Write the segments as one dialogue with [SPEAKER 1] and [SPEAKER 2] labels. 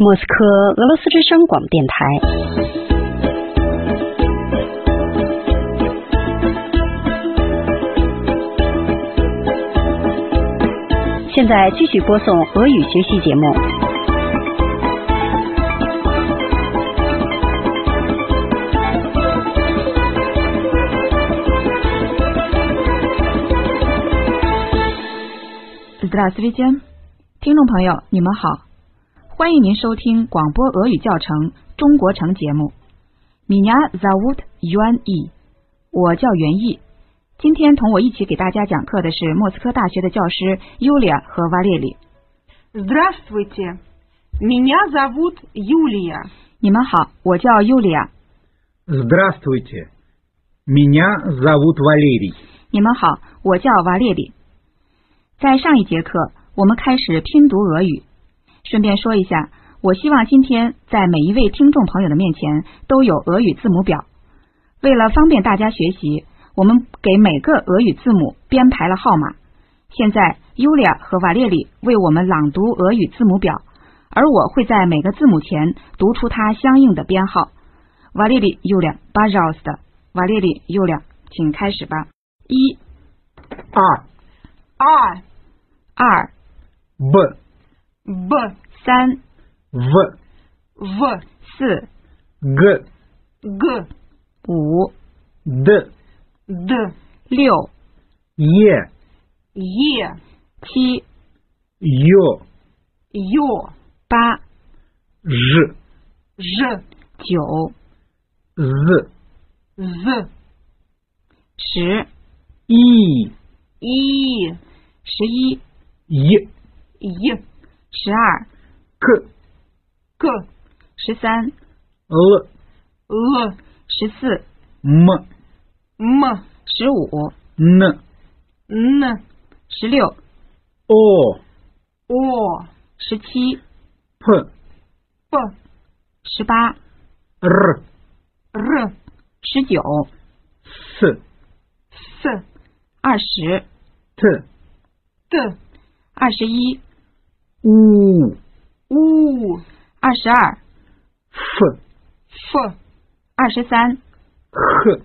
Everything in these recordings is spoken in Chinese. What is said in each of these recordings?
[SPEAKER 1] 莫斯科俄罗斯之声广播电台。现在继续播送俄语学习节目。
[SPEAKER 2] Здравствуйте，听众朋友，你们好，欢迎您收听广播俄语教程《中国城》节目。Меня зовут Yuan Yi，我叫袁毅。今天同我一起给大家讲课的是莫斯科大学的教师 Yulia 和 Valery。
[SPEAKER 3] Здравствуйте. Меня зовут Юлия.
[SPEAKER 2] 你们好，我叫啊 Yulia。
[SPEAKER 4] Здравствуйте. Меня зовут Валерий.
[SPEAKER 2] 你们好，我叫瓦列里。在上一节课，我们开始拼读俄语。顺便说一下，我希望今天在每一位听众朋友的面前都有俄语字母表。为了方便大家学习，我们给每个俄语字母编排了号码。现在，尤利亚和瓦列里为我们朗读俄语字母表，而我会在每个字母前读出它相应的编号。瓦列里、尤利亚、巴饶斯的瓦列里、尤利亚，请开始吧。一、
[SPEAKER 4] А,
[SPEAKER 3] А,
[SPEAKER 2] 二、
[SPEAKER 4] Б,
[SPEAKER 3] Б,
[SPEAKER 2] 三、
[SPEAKER 4] В,
[SPEAKER 3] В,
[SPEAKER 2] 四、
[SPEAKER 4] Г,
[SPEAKER 3] Г,
[SPEAKER 2] 五、
[SPEAKER 4] Д,
[SPEAKER 3] Д,
[SPEAKER 2] 六、
[SPEAKER 4] Е,
[SPEAKER 3] Е,
[SPEAKER 2] 七、
[SPEAKER 4] Ё,
[SPEAKER 3] Ё,
[SPEAKER 2] 八、
[SPEAKER 4] Ж,
[SPEAKER 3] Ж,
[SPEAKER 2] 九、
[SPEAKER 4] З,
[SPEAKER 3] З,
[SPEAKER 2] 十、
[SPEAKER 4] И,
[SPEAKER 3] И,
[SPEAKER 2] 十一、
[SPEAKER 4] Е,
[SPEAKER 3] Е,
[SPEAKER 2] 十二、
[SPEAKER 4] К,
[SPEAKER 3] К,
[SPEAKER 2] 十三、
[SPEAKER 4] Л,
[SPEAKER 3] Л,
[SPEAKER 2] 十四、
[SPEAKER 4] М,
[SPEAKER 3] М,
[SPEAKER 2] 十五、
[SPEAKER 4] Н,
[SPEAKER 3] Н,
[SPEAKER 2] 十六、
[SPEAKER 4] О,
[SPEAKER 3] О,
[SPEAKER 2] 十七、
[SPEAKER 4] П,
[SPEAKER 3] П,
[SPEAKER 2] 十八、
[SPEAKER 4] Р,
[SPEAKER 3] Р,
[SPEAKER 2] 十九、
[SPEAKER 4] С,
[SPEAKER 3] С,
[SPEAKER 2] 二十、
[SPEAKER 4] Т,
[SPEAKER 3] Т,
[SPEAKER 2] 二十一、
[SPEAKER 4] У,
[SPEAKER 3] У,
[SPEAKER 2] 二十二、
[SPEAKER 4] Ф,
[SPEAKER 3] Ф,
[SPEAKER 2] 二十三、
[SPEAKER 4] Х,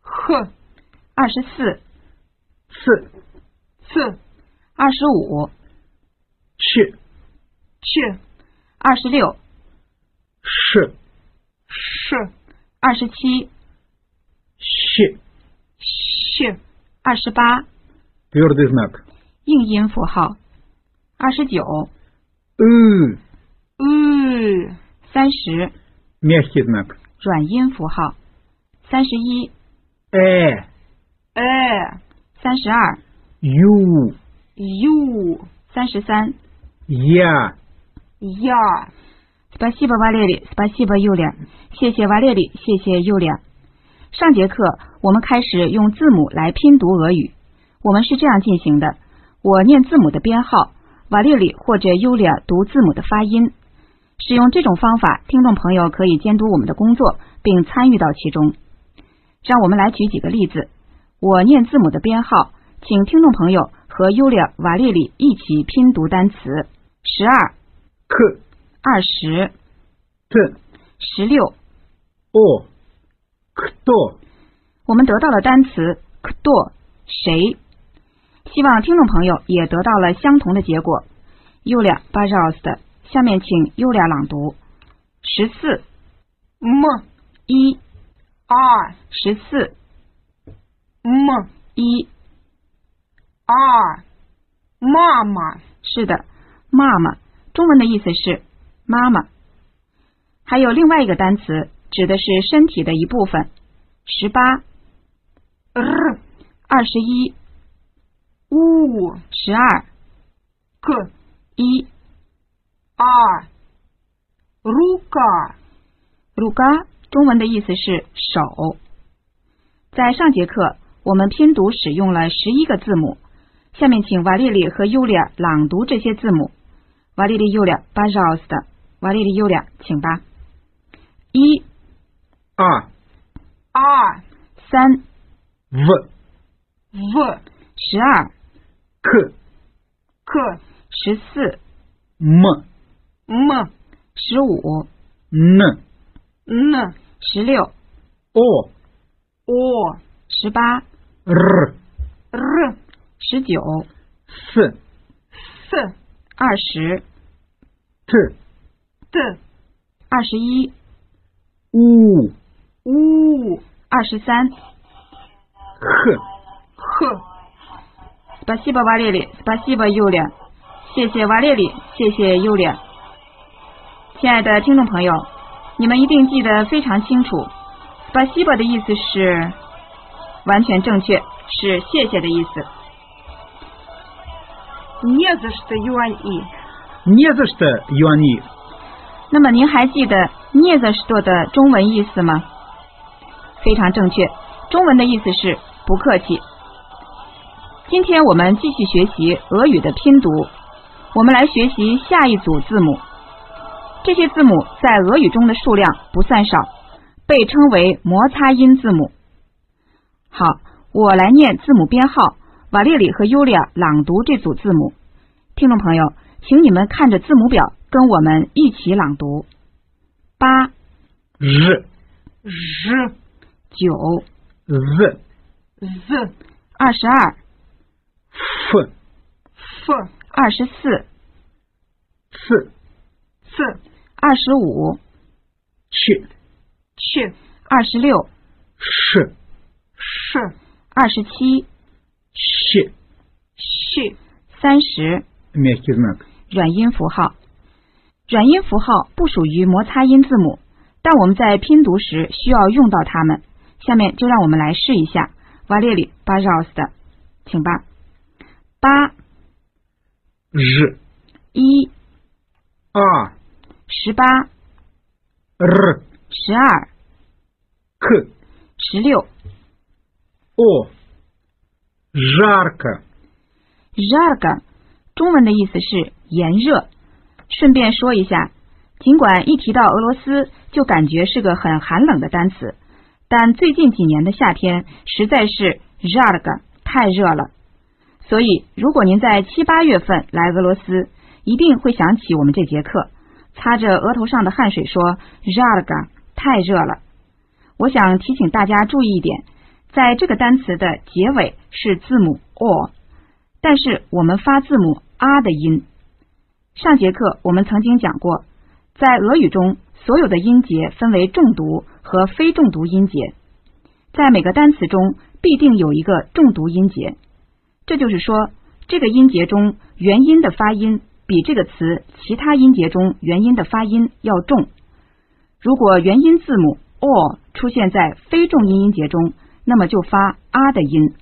[SPEAKER 3] Х,
[SPEAKER 2] 二十四、
[SPEAKER 4] Ц,
[SPEAKER 3] Ц,
[SPEAKER 2] 二十五、
[SPEAKER 4] Ч,
[SPEAKER 3] Ч,
[SPEAKER 2] 二十六、
[SPEAKER 4] Ш,
[SPEAKER 3] Ш,
[SPEAKER 2] 二十七、
[SPEAKER 4] Щ.
[SPEAKER 3] Щ,
[SPEAKER 2] 二十八，
[SPEAKER 4] Твердый знак.
[SPEAKER 2] 硬音符号，二十九、
[SPEAKER 4] Ы,
[SPEAKER 3] Ы,
[SPEAKER 2] 嗯三十，
[SPEAKER 4] мягкий знак.
[SPEAKER 2] 软音符号，三十一、哎
[SPEAKER 4] Э,
[SPEAKER 3] Э,
[SPEAKER 2] 三十二、
[SPEAKER 4] Ю,
[SPEAKER 3] Ю,
[SPEAKER 2] 三十三。
[SPEAKER 4] Я.
[SPEAKER 3] Я.
[SPEAKER 2] Спасибо, Валерий. Спасибо, Юлия. 谢谢瓦列里，谢谢 Юлия。上节课我们开始用字母来拼读俄语，我们是这样进行的：我念字母的编号，瓦列里或者 Yulia 读字母的发音。使用这种方法，听众朋友可以监督我们的工作，并参与到其中。让我们来举几个例子。我念字母的编号，请听众朋友和 Yulia、瓦列里一起拼读单词：十二、
[SPEAKER 4] К,
[SPEAKER 2] 二十、
[SPEAKER 4] Т,
[SPEAKER 2] 十六。
[SPEAKER 4] О. Кто?
[SPEAKER 2] 我们得到了单词 “кто” 谁，希望听众朋友也得到了相同的结果。Yulia b a j a s t 下面请 Yulia 朗读：十四
[SPEAKER 3] М,
[SPEAKER 2] 一，
[SPEAKER 3] А,
[SPEAKER 2] 十四
[SPEAKER 3] М,
[SPEAKER 2] 一，
[SPEAKER 3] А. Мама.
[SPEAKER 2] 是的，妈妈，中文的意思是妈妈。还有另外一个单词指的是身体的一部分，十八、
[SPEAKER 3] Р,
[SPEAKER 2] 二十一、
[SPEAKER 3] У,
[SPEAKER 2] 十二、
[SPEAKER 3] К,
[SPEAKER 2] 一、
[SPEAKER 3] А. Рука.
[SPEAKER 2] r 嘎，中文的意思是手。在上节课，我们拼读使用了十一个字母。下面请瓦列里和尤利亚朗读这些字母。瓦列里、尤利亚，巴饶斯的瓦列里、尤利亚，请吧。一、
[SPEAKER 4] А.
[SPEAKER 3] А,
[SPEAKER 2] 三、
[SPEAKER 4] В.
[SPEAKER 3] В,
[SPEAKER 2] 十二、
[SPEAKER 4] К.
[SPEAKER 3] К,
[SPEAKER 2] 十四、
[SPEAKER 4] М.
[SPEAKER 3] М,
[SPEAKER 2] 十五、
[SPEAKER 4] н,
[SPEAKER 3] н,
[SPEAKER 2] 十六、
[SPEAKER 4] о,
[SPEAKER 3] о,
[SPEAKER 2] 十八、
[SPEAKER 4] р,
[SPEAKER 3] р,
[SPEAKER 2] 十九、
[SPEAKER 4] с,
[SPEAKER 3] с,
[SPEAKER 2] 二十、
[SPEAKER 4] т,
[SPEAKER 3] т,
[SPEAKER 2] 二十一、
[SPEAKER 4] у,
[SPEAKER 3] у,
[SPEAKER 2] 二十三。
[SPEAKER 4] х,
[SPEAKER 3] х,
[SPEAKER 2] Спасибо, Валерий. Спасибо, Юлия. 谢谢瓦列里，谢谢尤里。亲爱的听众朋友，你们一定记得非常清楚，spasiba 的意思是完全正确，是谢谢的意思。
[SPEAKER 3] не за что, Юань И.
[SPEAKER 4] не за что, юани.
[SPEAKER 2] 那么您还记得“镊子说”的中文意思吗？非常正确，中文的意思是不客气。今天我们继续学习俄语的拼读，我们来学习下一组字母。这些字母在俄语中的数量不算少，被称为摩擦音字母。好，我来念字母编号，瓦列里和尤利亚朗读这组字母。听众朋友，请你们看着字母表，跟我们一起朗读：八、
[SPEAKER 4] ж,
[SPEAKER 3] ж,
[SPEAKER 2] 九、
[SPEAKER 4] з,
[SPEAKER 3] з,
[SPEAKER 2] 二十二、
[SPEAKER 4] ф,
[SPEAKER 3] ф,
[SPEAKER 2] 二十四、
[SPEAKER 4] ц,
[SPEAKER 3] ц,
[SPEAKER 2] 二十五、
[SPEAKER 4] ч,
[SPEAKER 3] ч,
[SPEAKER 2] 二十六、
[SPEAKER 4] ш,
[SPEAKER 3] ш,
[SPEAKER 2] 二十七、
[SPEAKER 4] щ,
[SPEAKER 3] щ,
[SPEAKER 2] 三十，
[SPEAKER 4] мягкий знак,
[SPEAKER 2] 软音符号。软音符号不属于摩擦音字母，但我们在拼读时需要用到它们。下面就让我们来试一下。瓦列里·巴绍斯的，请吧。八
[SPEAKER 4] ж,
[SPEAKER 2] 一
[SPEAKER 4] а,
[SPEAKER 2] 十八
[SPEAKER 4] р,
[SPEAKER 2] 十二
[SPEAKER 4] к,
[SPEAKER 2] 十六
[SPEAKER 4] о, жарко,
[SPEAKER 2] Jarga，中文的意思是炎热。顺便说一下，尽管一提到俄罗斯就感觉是个很寒冷的单词，但最近几年的夏天实在是 Jarga 太热了。所以，如果您在七八月份来俄罗斯，一定会想起我们这节课，擦着额头上的汗水说 Jarga 太热了。我想提醒大家注意一点，在这个单词的结尾是字母 o。但是我们发字母 r 的音。上节课我们曾经讲过，在俄语中，所有的音节分为重读和非重读音节，在每个单词中必定有一个重读音节。这就是说，这个音节中元音的发音比这个词其他音节中元音的发音要重。如果元音字母 o 出现在非重音音节中，那么就发 r 的音。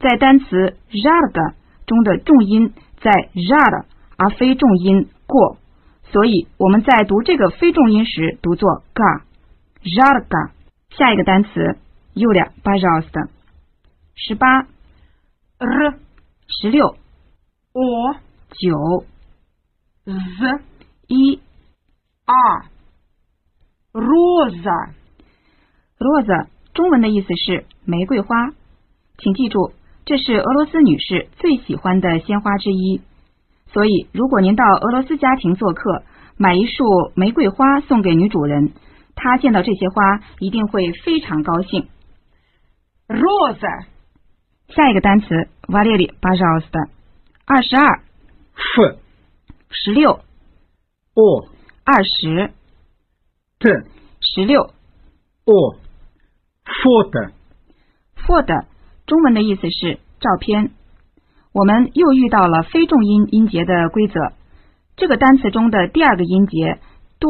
[SPEAKER 2] 在单词 jarg 中的重音在 jar 而非重音过，所以我们在读这个非重音时读作 ga jarg。下一个单词 Yulia b a j o s 的十八、
[SPEAKER 3] р,
[SPEAKER 2] 十六、
[SPEAKER 3] о,
[SPEAKER 2] 九、
[SPEAKER 3] з,
[SPEAKER 2] 一
[SPEAKER 3] а. Роза,
[SPEAKER 2] rose 中文的意思是玫瑰花，请记住这是俄罗斯女士最喜欢的鲜花之一。所以，如果您到俄罗斯家庭做客，买一束玫瑰花送给女主人，她见到这些花一定会非常高兴。
[SPEAKER 3] роза,
[SPEAKER 2] 下一个单词 v a l e r i b a j o s 的二十二、
[SPEAKER 4] ф,
[SPEAKER 2] 十六、
[SPEAKER 4] о,
[SPEAKER 2] 二十、
[SPEAKER 4] т,
[SPEAKER 2] 十六
[SPEAKER 4] о, фото,
[SPEAKER 2] Ford 中文的意思是照片。我们又遇到了非重音音节的规则。这个单词中的第二个音节 do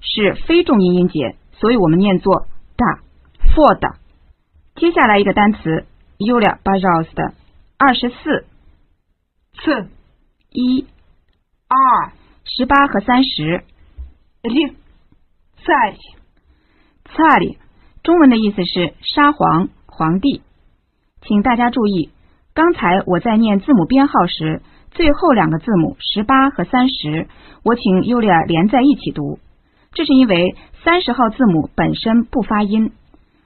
[SPEAKER 2] 是非重音音节，所以我们念作 da Ford。接下来一个单词 Yulia b a j o s 的二十四
[SPEAKER 3] ц,
[SPEAKER 2] 一
[SPEAKER 3] а,
[SPEAKER 2] 十八和三十
[SPEAKER 3] ри, царь,
[SPEAKER 2] c a r i 中文的意思是沙皇、皇帝。请大家注意，刚才我在念字母编号时，最后两个字母十八和三十，我请尤利尔连在一起读，这是因为三十号字母本身不发音，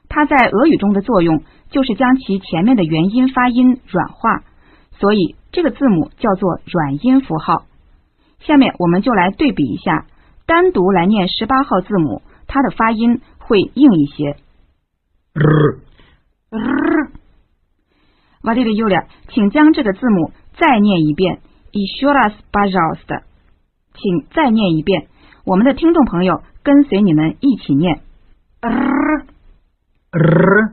[SPEAKER 2] 它在俄语中的作用就是将其前面的元音发音软化，所以这个字母叫做软音符号。下面我们就来对比一下单独来念十八号字母，它的发音会硬一些。
[SPEAKER 4] р,
[SPEAKER 3] р,
[SPEAKER 2] 瓦利的尤俩，请将这个字母再念一遍。и с ь о раз, пожалуйста，请再念一遍。我们的听众朋友跟随你们一起念。
[SPEAKER 3] р,
[SPEAKER 4] р,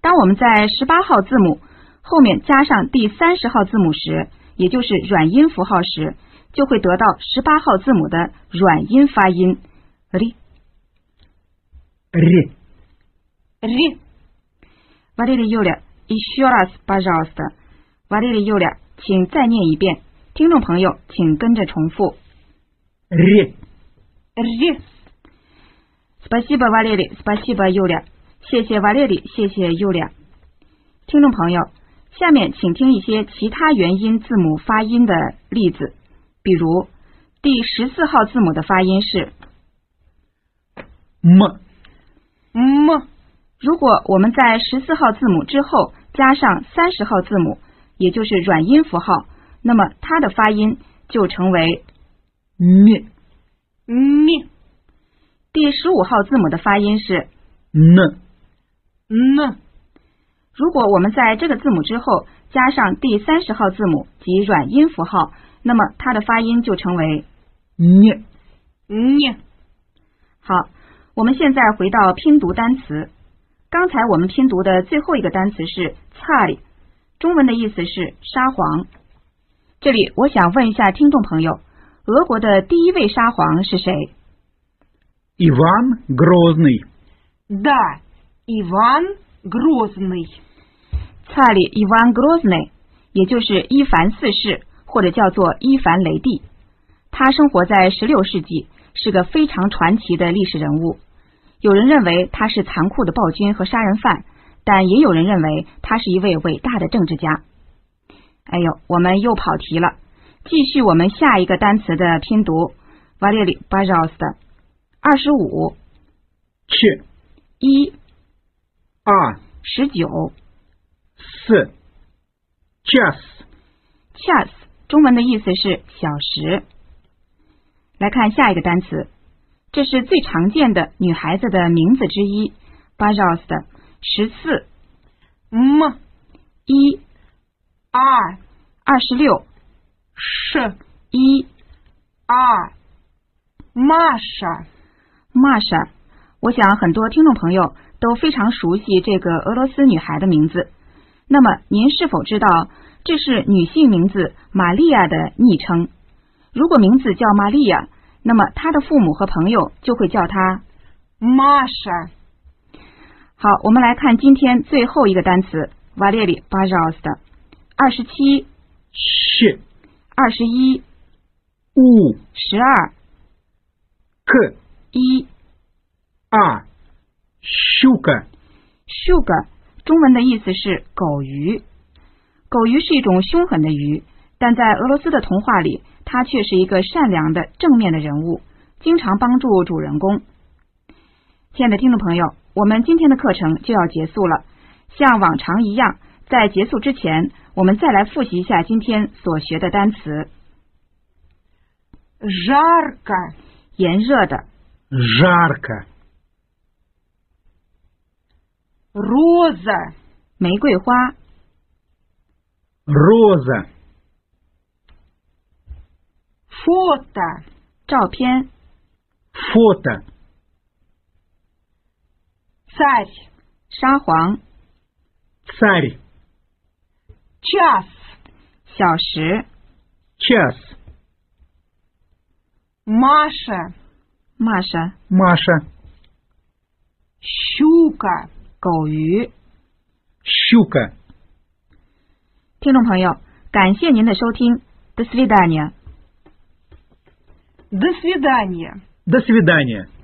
[SPEAKER 2] 当我们在十八号字母后面加上第三十号字母时，也就是软音符号时，就会得到十八号字母的软音发音。里
[SPEAKER 4] ри,
[SPEAKER 3] ри,
[SPEAKER 2] в а л е р и Юля, еще раз, пожалуйста. в а л е р и Юля，请再念一遍。听众朋友，请跟着重复。
[SPEAKER 4] ре,
[SPEAKER 3] ри,
[SPEAKER 2] Спасибо, Валерий. Спасибо, Юля. 谢谢 Валерий，谢谢 Юля。听众朋友，下面请听一些其他元音字母发音的例子，比如第十四号字母的发音是。
[SPEAKER 4] м,
[SPEAKER 3] м,
[SPEAKER 2] 嗯如果我们在十四号字母之后加上三十号字母，也就是软音符号，那么它的发音就成为
[SPEAKER 4] ми,
[SPEAKER 3] ми,
[SPEAKER 2] 第十五号字母的发音是。
[SPEAKER 4] н,
[SPEAKER 3] н,
[SPEAKER 2] 如果我们在这个字母之后加上第三十号字母及软音符号，那么它的发音就成为
[SPEAKER 4] не,
[SPEAKER 3] не,
[SPEAKER 2] 好。我们现在回到拼读单词，刚才我们拼读的最后一个单词是菜，中文的意思是沙皇。这里我想问一下听众朋友，俄国的第一位沙皇是谁？
[SPEAKER 4] Иван Грозный,
[SPEAKER 3] да, Иван Грозный,
[SPEAKER 2] 查理·伊万·格罗斯内，也就是伊凡四世，或者叫做伊凡雷帝。他生活在16世纪，是个非常传奇的历史人物。有人认为他是残酷的暴君和杀人犯，但也有人认为他是一位伟大的政治家。哎呦，我们又跑题了，继续我们下一个单词的拼读 v a l e r i b a r o s 的二十五
[SPEAKER 4] ч,
[SPEAKER 2] 一
[SPEAKER 4] а,
[SPEAKER 2] 十九
[SPEAKER 4] с, час,
[SPEAKER 2] chas，中文的意思是小时。来看下一个单词，这是最常见的女孩子的名字之一 b a r o s 的十四
[SPEAKER 3] м,
[SPEAKER 2] 一
[SPEAKER 3] а,
[SPEAKER 2] 二十六
[SPEAKER 3] ш,
[SPEAKER 2] 一
[SPEAKER 3] а, Маша,
[SPEAKER 2] Masha。我想很多听众朋友都非常熟悉这个俄罗斯女孩的名字。那么您是否知道这是女性名字玛利亚的昵称？如果名字叫玛利亚，那么她的父母和朋友就会叫她
[SPEAKER 3] Маша,
[SPEAKER 2] 好，我们来看今天最后一个单词 v a l e r i b a r o s 的二十七、
[SPEAKER 4] щ,
[SPEAKER 2] 二十一、
[SPEAKER 4] у,
[SPEAKER 2] 十二、
[SPEAKER 4] к,
[SPEAKER 2] 一
[SPEAKER 4] а, щука,
[SPEAKER 2] sugar，中文的意思是狗鱼。狗鱼是一种凶狠的鱼，但在俄罗斯的童话里，它却是一个善良的、正面的人物，经常帮助主人公。亲爱的听众朋友，我们今天的课程就要结束了。像往常一样，在结束之前，我们再来复习一下今天所学的单词：
[SPEAKER 3] жарко,
[SPEAKER 2] 炎热的、
[SPEAKER 4] жарко,
[SPEAKER 3] роза,
[SPEAKER 2] 玫瑰花、
[SPEAKER 4] роза,
[SPEAKER 3] фото,
[SPEAKER 2] 照片、
[SPEAKER 4] фото,
[SPEAKER 3] царь,
[SPEAKER 2] 沙皇、
[SPEAKER 4] царь,
[SPEAKER 3] час,
[SPEAKER 2] 小时、
[SPEAKER 4] час,
[SPEAKER 3] Маша,
[SPEAKER 2] 玛莎、
[SPEAKER 4] Маша,
[SPEAKER 3] щука,
[SPEAKER 2] 狗鱼。
[SPEAKER 4] щука.
[SPEAKER 2] 听众朋友，感谢您的收听，До свидания。
[SPEAKER 3] До свидания.
[SPEAKER 4] До свидания.